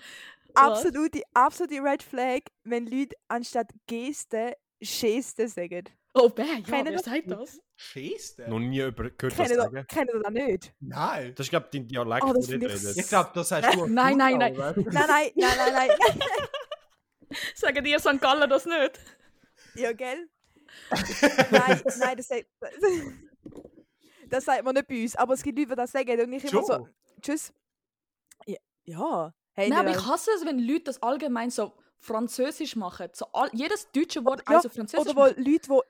Was? Absolute, absolute Red Flag, wenn Leute anstatt Geste Scheste sagen. Oh, bäh, ja, Keine wer sagt das? Scheiße. Noch nie über gehört, was Kennen sagen. das, kennen das auch nicht? Nein. Das ist, glaube ich, dein Dialekt, Oh, das den du finde ich redest. Ich glaube, das hast du. Nein, nein, nein. Weißt? Nein, nein, nein, nein, nein. Sagen dir St. Gallen das nicht? ja, gell? nein, nein, das sagt, das sagt man nicht bei uns. Aber es gibt Leute, die das sagen und ich immer so, Schon? tschüss. Ja. ja. Hey, Nein, aber Leute. ich hasse es, wenn Leute das allgemein so französisch machen. So all, jedes deutsche Wort Ja, also französisch. Oder wo Leute,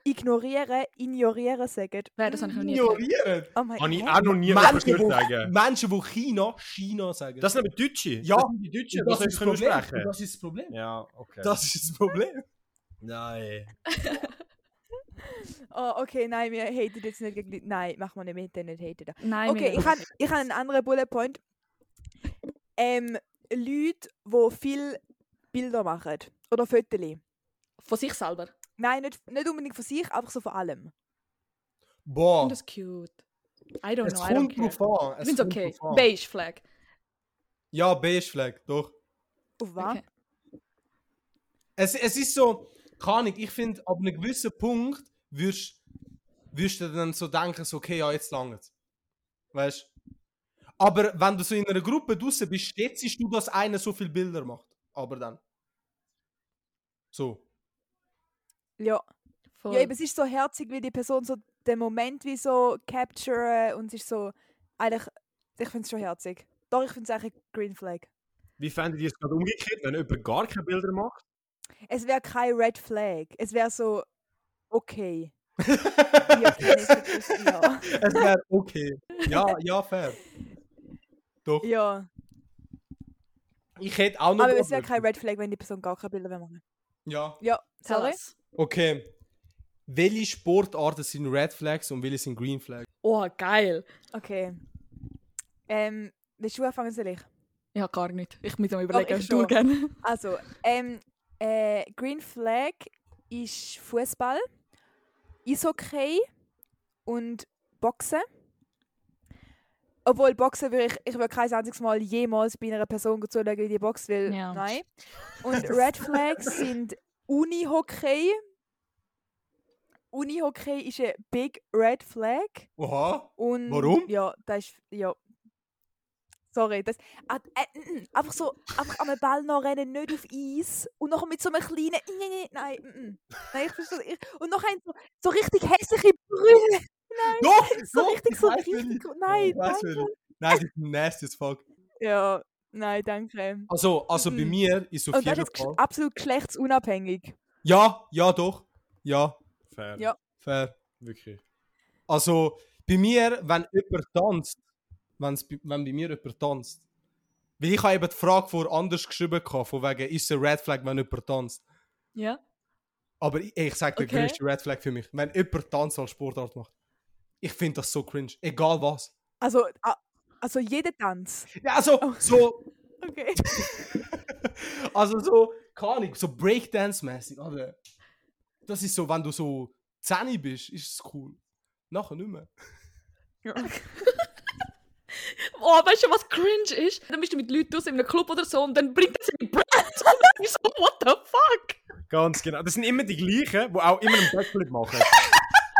die ignorieren, ignorieren sagen. Nein, das habe ich noch nie gehört. Ignorieren. Oh mein Habe ich Gott. auch noch nie über Menschen, gehört sagen. die, Menschen, die China, China sagen. Äh. Das sind aber Deutsche. Ja, das sind die Deutschen. Das, das können Problem. sprechen. Das ist das Problem. Ja, okay. Das ist das Problem. Nein. Oh, okay, nein, wir haten jetzt nicht gegen Leute. Nein, machen wir nicht mit, dann nicht haten. Nein, Okay, ich habe ich hab einen anderen Bullet Point. Ähm, Leute, die viel Bilder machen. Oder Fotos. Von sich selber. Nein, nicht, nicht unbedingt von sich, einfach so von allem. Oh. Boah, Das ist cute. I don't es know, I don't kommt care. drauf an. Ich es find's kommt okay. drauf an. Beige Flag. Ja, beige Flag, doch. Auf was? Okay. Es, es ist so, keine Ahnung, ich finde, ab einem gewissen Punkt wirst wirst du dann so denken, so, okay, ja, jetzt langt's. Weißt du? Aber wenn du so in einer Gruppe draußen bist, schätzt du, dass einer so viele Bilder macht. Aber dann. So. Ja. Voll. ja, eben, es ist so herzig, wie die Person so den Moment wie so capturen und es ist so. Eigentlich, ich finde es schon herzig. Doch, ich finde es eigentlich eine Green Flag. Wie fändet ihr es gerade umgekehrt, wenn jemand gar keine Bilder macht? Es wäre kein Red Flag. Es wäre so. Okay. Ja, es definitiv, ja. wäre okay. Ja, ja, fair. Doch. ja. Ich hätte auch noch. Aber es wäre kein Red Flag, wenn die Person gar keine Bilder mehr macht. Ja. Ja, Tell sorry. us. Okay. Welche Sportarten sind Red Flags und welche sind Green Flags? Oh, geil. Okay. Ähm, willst du anfangen, soll ich? Ja, gar nicht. Ich muss mir überlegen, ich ob du schon. gerne. Also, ähm, äh, Green Flag ist Fußball, Eishockey und Boxen. Obwohl Boxen würde ich, ich würde kein einziges Mal jemals bei einer Person zuschauen, wie die boxt, weil Ja. nein. Und Red Flags sind Unihockey. Unihockey ist ein Big Red Flag. Oha. Und Warum? Ja, das ist. Ja. Sorry, das. ah, Äh, mm, mm, einfach so, einfach am Ball noch rennen, nicht auf Eis. Und noch mit so einem kleinen. Nein, nein, nein, nein ich verstehe. Ich, und noch ein so, so richtig hässliche Brille. Doch! So doch, richtig, ich so weiß, richtig. welche. Nein, Ich nein. weiß, welche. Nein, das ist nasty as fuck. Ja, nein, danke. Also, also bei Mhm. mir ist auf Und das jeden ist gesch- Fall. absolut geschlechtsunabhängig. Ja, ja, doch. Ja, Fair. Ja. fair. Wirklich. Also, bei mir, wenn jemand tanzt, wenn's, bei- wenn bei mir jemand tanzt, weil ich habe eben die Frage vor anders geschrieben, gehabt, von wegen, ist es ein Red Flag, wenn jemand tanzt? Ja? Aber ich, ich sage, der Okay. größte Red Flag für mich, wenn jemand Tanz als Sportart macht. Ich finde das so cringe, egal was. Also, ah, also jeder Tanz. Ja, also, so, Okay. also so, keine Ahnung, so Breakdance-mäßig, aber das ist so, wenn du so 10 bist, ist es cool. Nachher nicht mehr. Oh, weißt du, was cringe ist? Dann bist du mit Leuten draußen in einem Club oder so und dann bringt er seine Brand und dann bist du so, what the fuck? Ganz genau. Das sind immer die gleichen, die auch immer einen Backflip machen.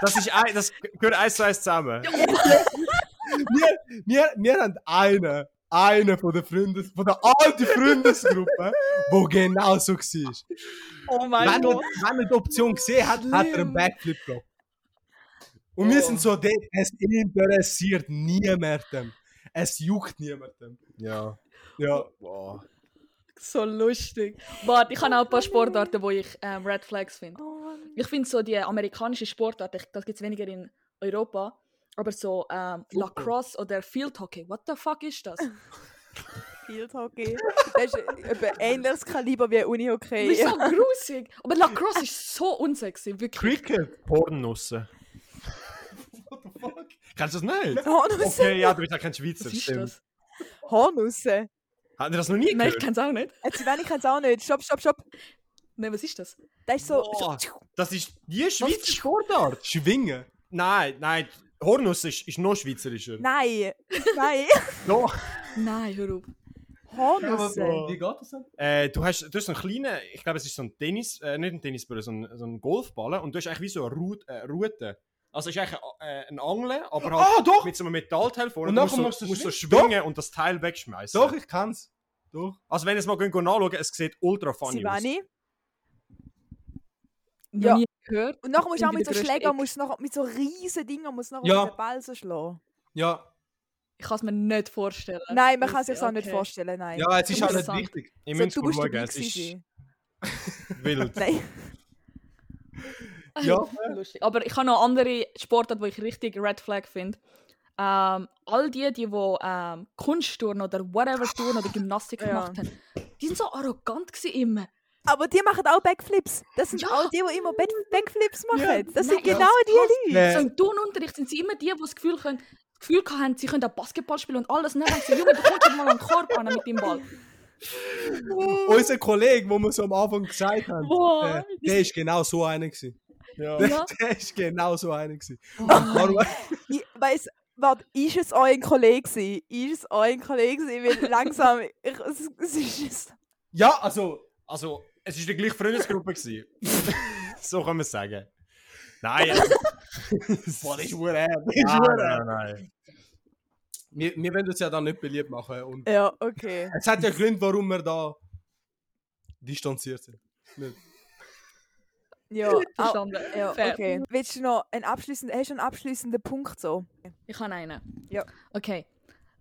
Das, ist ein, das gehört eins zu eins zusammen. wir, wir, wir haben einen, einen von der Freundes, von der alten Freundesgruppe, wo genau so war. Oh mein Wenn er, Gott. wenn er die Option gesehen hat, hat er einen Backflip gehabt. Und wir Oh. sind so dort, es interessiert niemanden. Es juckt niemanden. Ja. Ja. Boah. So lustig. Warte, ich habe auch ein paar Sportarten, wo ich ähm, Red Flags finde. Oh Mann. Ich finde so die amerikanische Sportart, ich- das gibt es weniger in Europa, aber so ähm, Lacrosse oder Field Hockey, what the fuck ist das? Field Hockey. Das ist etwa ein ähnliches Kaliber wie Unihockey. Das ist so grusig. Aber Lacrosse ist so unsexy, wirklich. Cricket. Pornossen. What the fuck? Kennst du das nicht? Hornus. Okay, ja, du bist ja kein Schweizer, Was ist stimmt. das? Hornus. Habt ihr das noch nie Nein, ich gehört? kenne es auch nicht. Jetzt, wenn ich es auch nicht. Stopp, stopp, stopp. Nein, was ist das? Das ist so. Boah. Das ist die Was Schweizer Sportart. Schwingen. Nein, nein. Hornus ist, ist noch schweizerischer. Nein. Nein. Doch. Nein, hör auf. Hornus. Wie geht das denn? Äh, du, hast, du hast einen kleinen, ich glaube, es ist so ein Tennis, äh, nicht ein Tennisball, so ein, so ein Golfball. Und du hast eigentlich wie so eine Rute. Äh, Rute. Also es ist eigentlich ein, äh, ein Angeln, aber halt Ah, doch! mit so einem Metallteil vorne. Und Du nachher musst so, musst du musst so schwingen. schwingen und das Teil wegschmeißen. Doch, ich kann's. Doch. Also wenn ihr es mal gehen, gehen anschauen, es sieht ultra funny aus. Sivani. Noch Ja. nie gehört. Und nachher musst du auch Irgendwie mit so der grösste Schlägern, Eck. musst du noch, mit so riesen Dingen, musst du nachher Ja. mit den Ball so schlagen. Ja. Ich kann es mir nicht vorstellen. Nein, man kann es sich auch nicht Okay. vorstellen, nein. Ja, es ist auch nicht Interessant. wichtig. Ich so, muss du musst schauen, dabei es ist gewesen sein. wild. Nein. Ja. Lustig. Aber ich habe noch andere Sportarten, die ich richtig Red Flag finde. Ähm, all die, die, die ähm, Kunsttouren oder whatever Touren oder Gymnastik Ja. gemacht haben, die sind so arrogant gewesen immer. Aber die machen auch Backflips. Das sind Ja. auch die, die immer Back- Backflips machen. Ja. Das sind Nein, genau die Äh. Leute. So im Turnunterricht sind sie immer die, die das Gefühl, können, das Gefühl haben, sie können auch Basketball spielen und alles. Und dann denken sie, Junge, du kommst doch mal an den Korb an mit dem Ball. Unser Kollege, wo wir so am Anfang gesagt haben, Boah. äh, der ist genau so einer gewesen. Ja. Ja. Der ist genau so einer gewesen. Warum? Ich weiss, warte, ist es auch ein Kollege gewesen? Ist es auch ein Kollege gewesen? Weil langsam, ich, es, es ist Ja, also, Also, es war die gleiche Freundesgruppe. gewesen. so kann man es sagen. Nein. also boah, das ist nein, verdammt, das ist nein, verdammt. nein. äh, wir, wir wollen uns ja da nicht beliebt machen. Und Ja, okay. es hat ja Gründe, warum wir da distanziert sind. Ja, au- Verstanden. ja Fair. okay. Willst du noch einen abschließenden, hast du einen abschließenden Punkt so? Ich habe einen. Ja. Okay.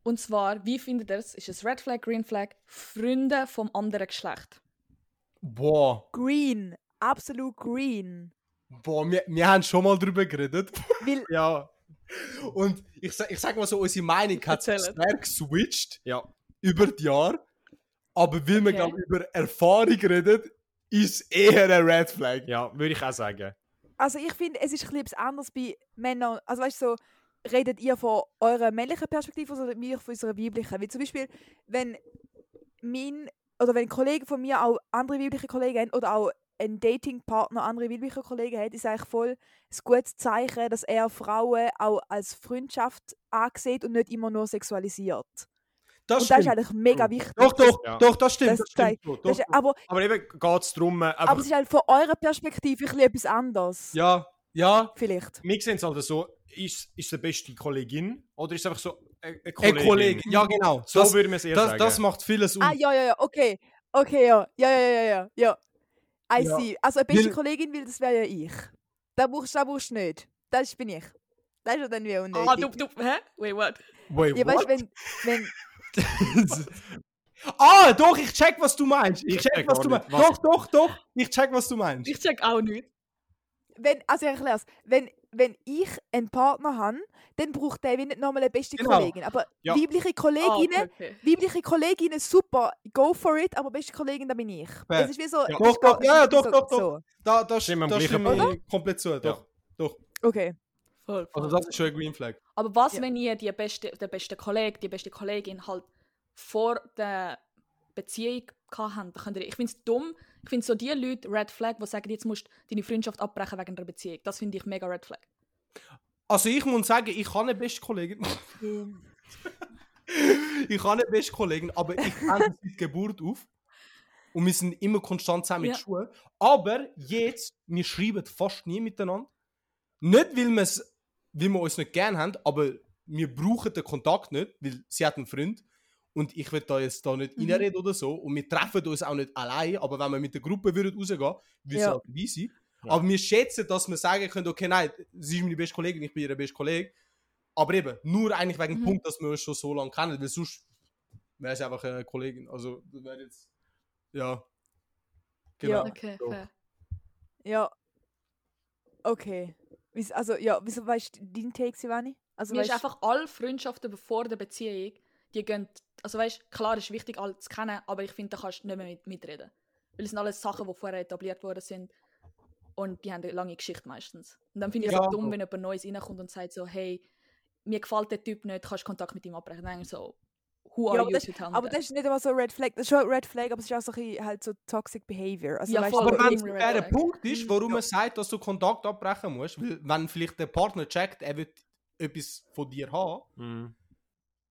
Und zwar, wie findet ihr es? Ist es Red Flag, Green Flag? Freunde vom anderen Geschlecht. Boah, Green. Absolut green. boah, wir, wir haben schon mal drüber geredet. Weil, ja. Und ich, sa- ich sag mal so, unsere Meinung hat sich Erzählt. stark geswitcht Ja. über die Jahre. Aber weil wir Okay. gerade über Erfahrung redet, ist es eher ein Red Flag. Ja, würde ich auch sagen. also ich finde, es ist ein bisschen etwas anderes bei Männern. Also weißt du, so, redet ihr von eurer männlichen Perspektive oder wir von unserer weiblichen? Wie zum Beispiel, wenn mein, oder wenn Kollegen von mir auch andere weibliche Kollegen haben oder auch ein Datingpartner andere weibliche Kollegen hat, ist eigentlich voll ein gutes Zeichen, dass er Frauen auch als Freundschaft ansieht und nicht immer nur sexualisiert. Das Und das ist stimmt. Oh. eigentlich mega wichtig. Doch, doch, Ja. doch, das stimmt. Das Das, stimmt. zeigt- Doch, Das doch. ist, aber, Aber eben geht es darum, einfach, aber es ist halt von eurer Perspektive ein bisschen etwas anderes. Ja, ja. Vielleicht. wir sehen es halt so, ist ist es eine beste Kollegin oder ist es einfach so äh, eine, eine Ein Kollegin? Kollege. Ja, genau. So das, würde man es eher das, sagen. das macht vieles um. Ah, ja, ja, ja, okay. Okay, ja. Ja, ja, ja, ja, ja. ja. I Ja. see. Also eine beste Weil- Kollegin, weil das wäre ja ich. Da brauchst da brauchst du nicht. Das bin ich. Das ist ja dann wie unnötig. Ah, du, du, hä? Wait, what? Wait, ja, weißt du, wenn, wenn... ah, doch, ich check, was du meinst. Ich check, check was auch du nicht. meinst. Was? Doch, doch, doch. Ich check, was du meinst. Ich check auch nicht. wenn also ich erkläre es. Wenn, wenn ich einen Partner habe, dann braucht der wie nicht nochmal eine beste Genau. Kollegin. Aber Ja. weibliche Ah, okay, Kolleginnen... okay. Weibliche Kolleginnen, super, go for it, aber beste Kollegin, da bin ich. Fair. Es ist wie so... Ja. es Doch, ist gar- doch, ja, es ist doch, so- doch, doch. so. Da, das Sind wir am das gleichen stimme ich komplett zu. Doch. Okay. Voll, voll. Also, das ist schon ein Green Flag. Aber was, Ja. wenn ihr die beste, den besten Kollegen, die beste Kollegin halt vor der Beziehung hatten? Ich finde es dumm. Ich finde so die Leute Red Flag, die sagen, jetzt musst du deine Freundschaft abbrechen wegen einer Beziehung. Das finde ich mega Red Flag. Also, ich muss sagen, ich habe eine beste Kollegin. ich habe eine beste Kollegin, aber ich kenne sie seit Geburt auf. Und wir sind immer konstant zusammen in Ja. der Schule. Aber jetzt, wir schreiben fast nie miteinander. Nicht, weil, wir's- weil wir uns nicht gern haben, aber wir brauchen den Kontakt nicht, weil sie hat einen Freund. Und ich will da jetzt da nicht Mhm. reinreden oder so. Und wir treffen uns auch nicht allein. Aber wenn wir mit der Gruppe würden rausgehen, würden Ja. sie auch dabei sein. Ja. Aber wir schätzen, dass wir sagen können, okay, nein, sie ist meine beste Kollegin, ich bin ihr beste Kollege. Aber eben, nur eigentlich wegen dem Mhm. Punkt, dass wir uns schon so lange kennen, weil sonst wäre es einfach eine Kollegin. Also, das wäre jetzt. Ja. Genau. Ja. Okay, So. fair. Ja. Okay. Wieso- Also, ja, wieso weißt du dein Take, Sivani? Also, Mir ist weisst- einfach alle Freundschaften vor der Beziehung, die gehen. Also weißt klar ist wichtig, alle zu kennen, aber ich finde, da kannst du nicht mehr mit, mitreden. Weil es sind alles Sachen, die vorher etabliert worden sind. Und die haben eine lange Geschichte meistens. Und dann finde ich es Ja. dumm, wenn jemand Neues reinkommt und sagt so, hey, mir gefällt der Typ nicht, kannst du Kontakt mit ihm abbrechen. Dann denke ich so, who Ja, are aber you to tell me aber that? das ist nicht immer so ein Red Flag. Das ist schon ein Red Flag, aber es ist auch so ein bisschen halt so toxic behavior. Also, Ja, weisst voll. du, Aber so- wenn es Immer der Red Flag. Punkt ist, warum man sagt, dass du Kontakt abbrechen musst, weil wenn vielleicht der Partner checkt, er wird etwas von dir haben, Mhm.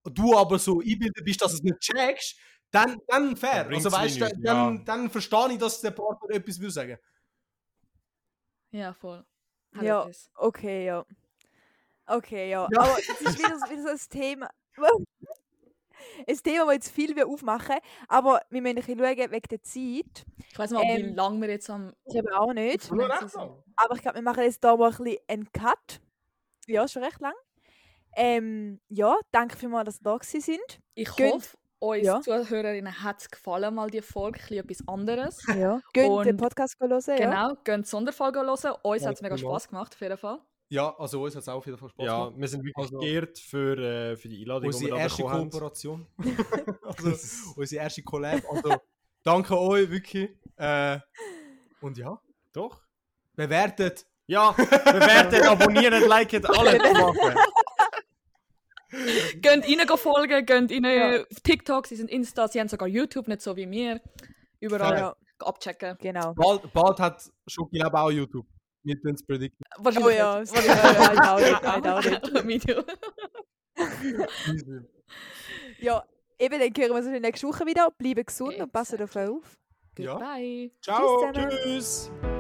und du aber so einbildet bist, dass du es nicht checkst, dann, dann fair. Dann also, bringt's weißt du, mir nichts, dann, ja. dann verstehe ich, dass der Partner etwas will sagen. Ja, voll. Ja. Das. Okay, ja. Okay, ja. Ja. Aber es ist wieder, so- wieder so ein Thema. ein Thema, das jetzt viel wir aufmachen. Aber wir müssen ein bisschen schauen wegen der Zeit. Ich weiß nicht, wie Ähm, lange wir jetzt am. Ich habe auch nicht. Nur recht Aber ich glaube, wir machen jetzt hier mal ein bisschen einen Cut. Ja, schon recht lang. Ähm, ja, danke vielmals, dass ihr da gewesen sind. Ich Gönnt- hoffe, euch Ja. Zuhörerinnen hat es gefallen, mal die Folge, ein bisschen etwas anderes. Ja. Geht den Und- Podcast hören. Ja. Genau, gehen die Sonderfolge hören. Uns Ja, hat es mega genau. Spaß gemacht, auf jeden Fall. Ja, also, uns hat es auch auf jeden Fall Spaß Ja, gemacht. wir sind wirklich Also- geehrt für, äh, für die Einladung, die wir Unsere da erste bekommen haben. Kooperation. also, unsere erste Collab. Also, Danke euch, wirklich. Äh, und ja, Doch. bewertet. Ja, bewertet, abonniert, liket, alles machen. Geht ihnen go folgen, geht ihnen Ja. auf TikTok, sie sind Insta, sie haben sogar YouTube, nicht so wie wir. Überall Ja. abchecken. Genau. Bald, bald hat Schoki Lab auch YouTube. Wir tun es predikten. Oh ja, nicht. sorry, ja, I doubt it, I doubt Video. it. Ja, eben, dann hören wir uns natürlich nächste Woche wieder. Bleiben gesund und passen auf euch auf. Ja. Goodbye. Ciao. Tschüss zusammen. Tschüss.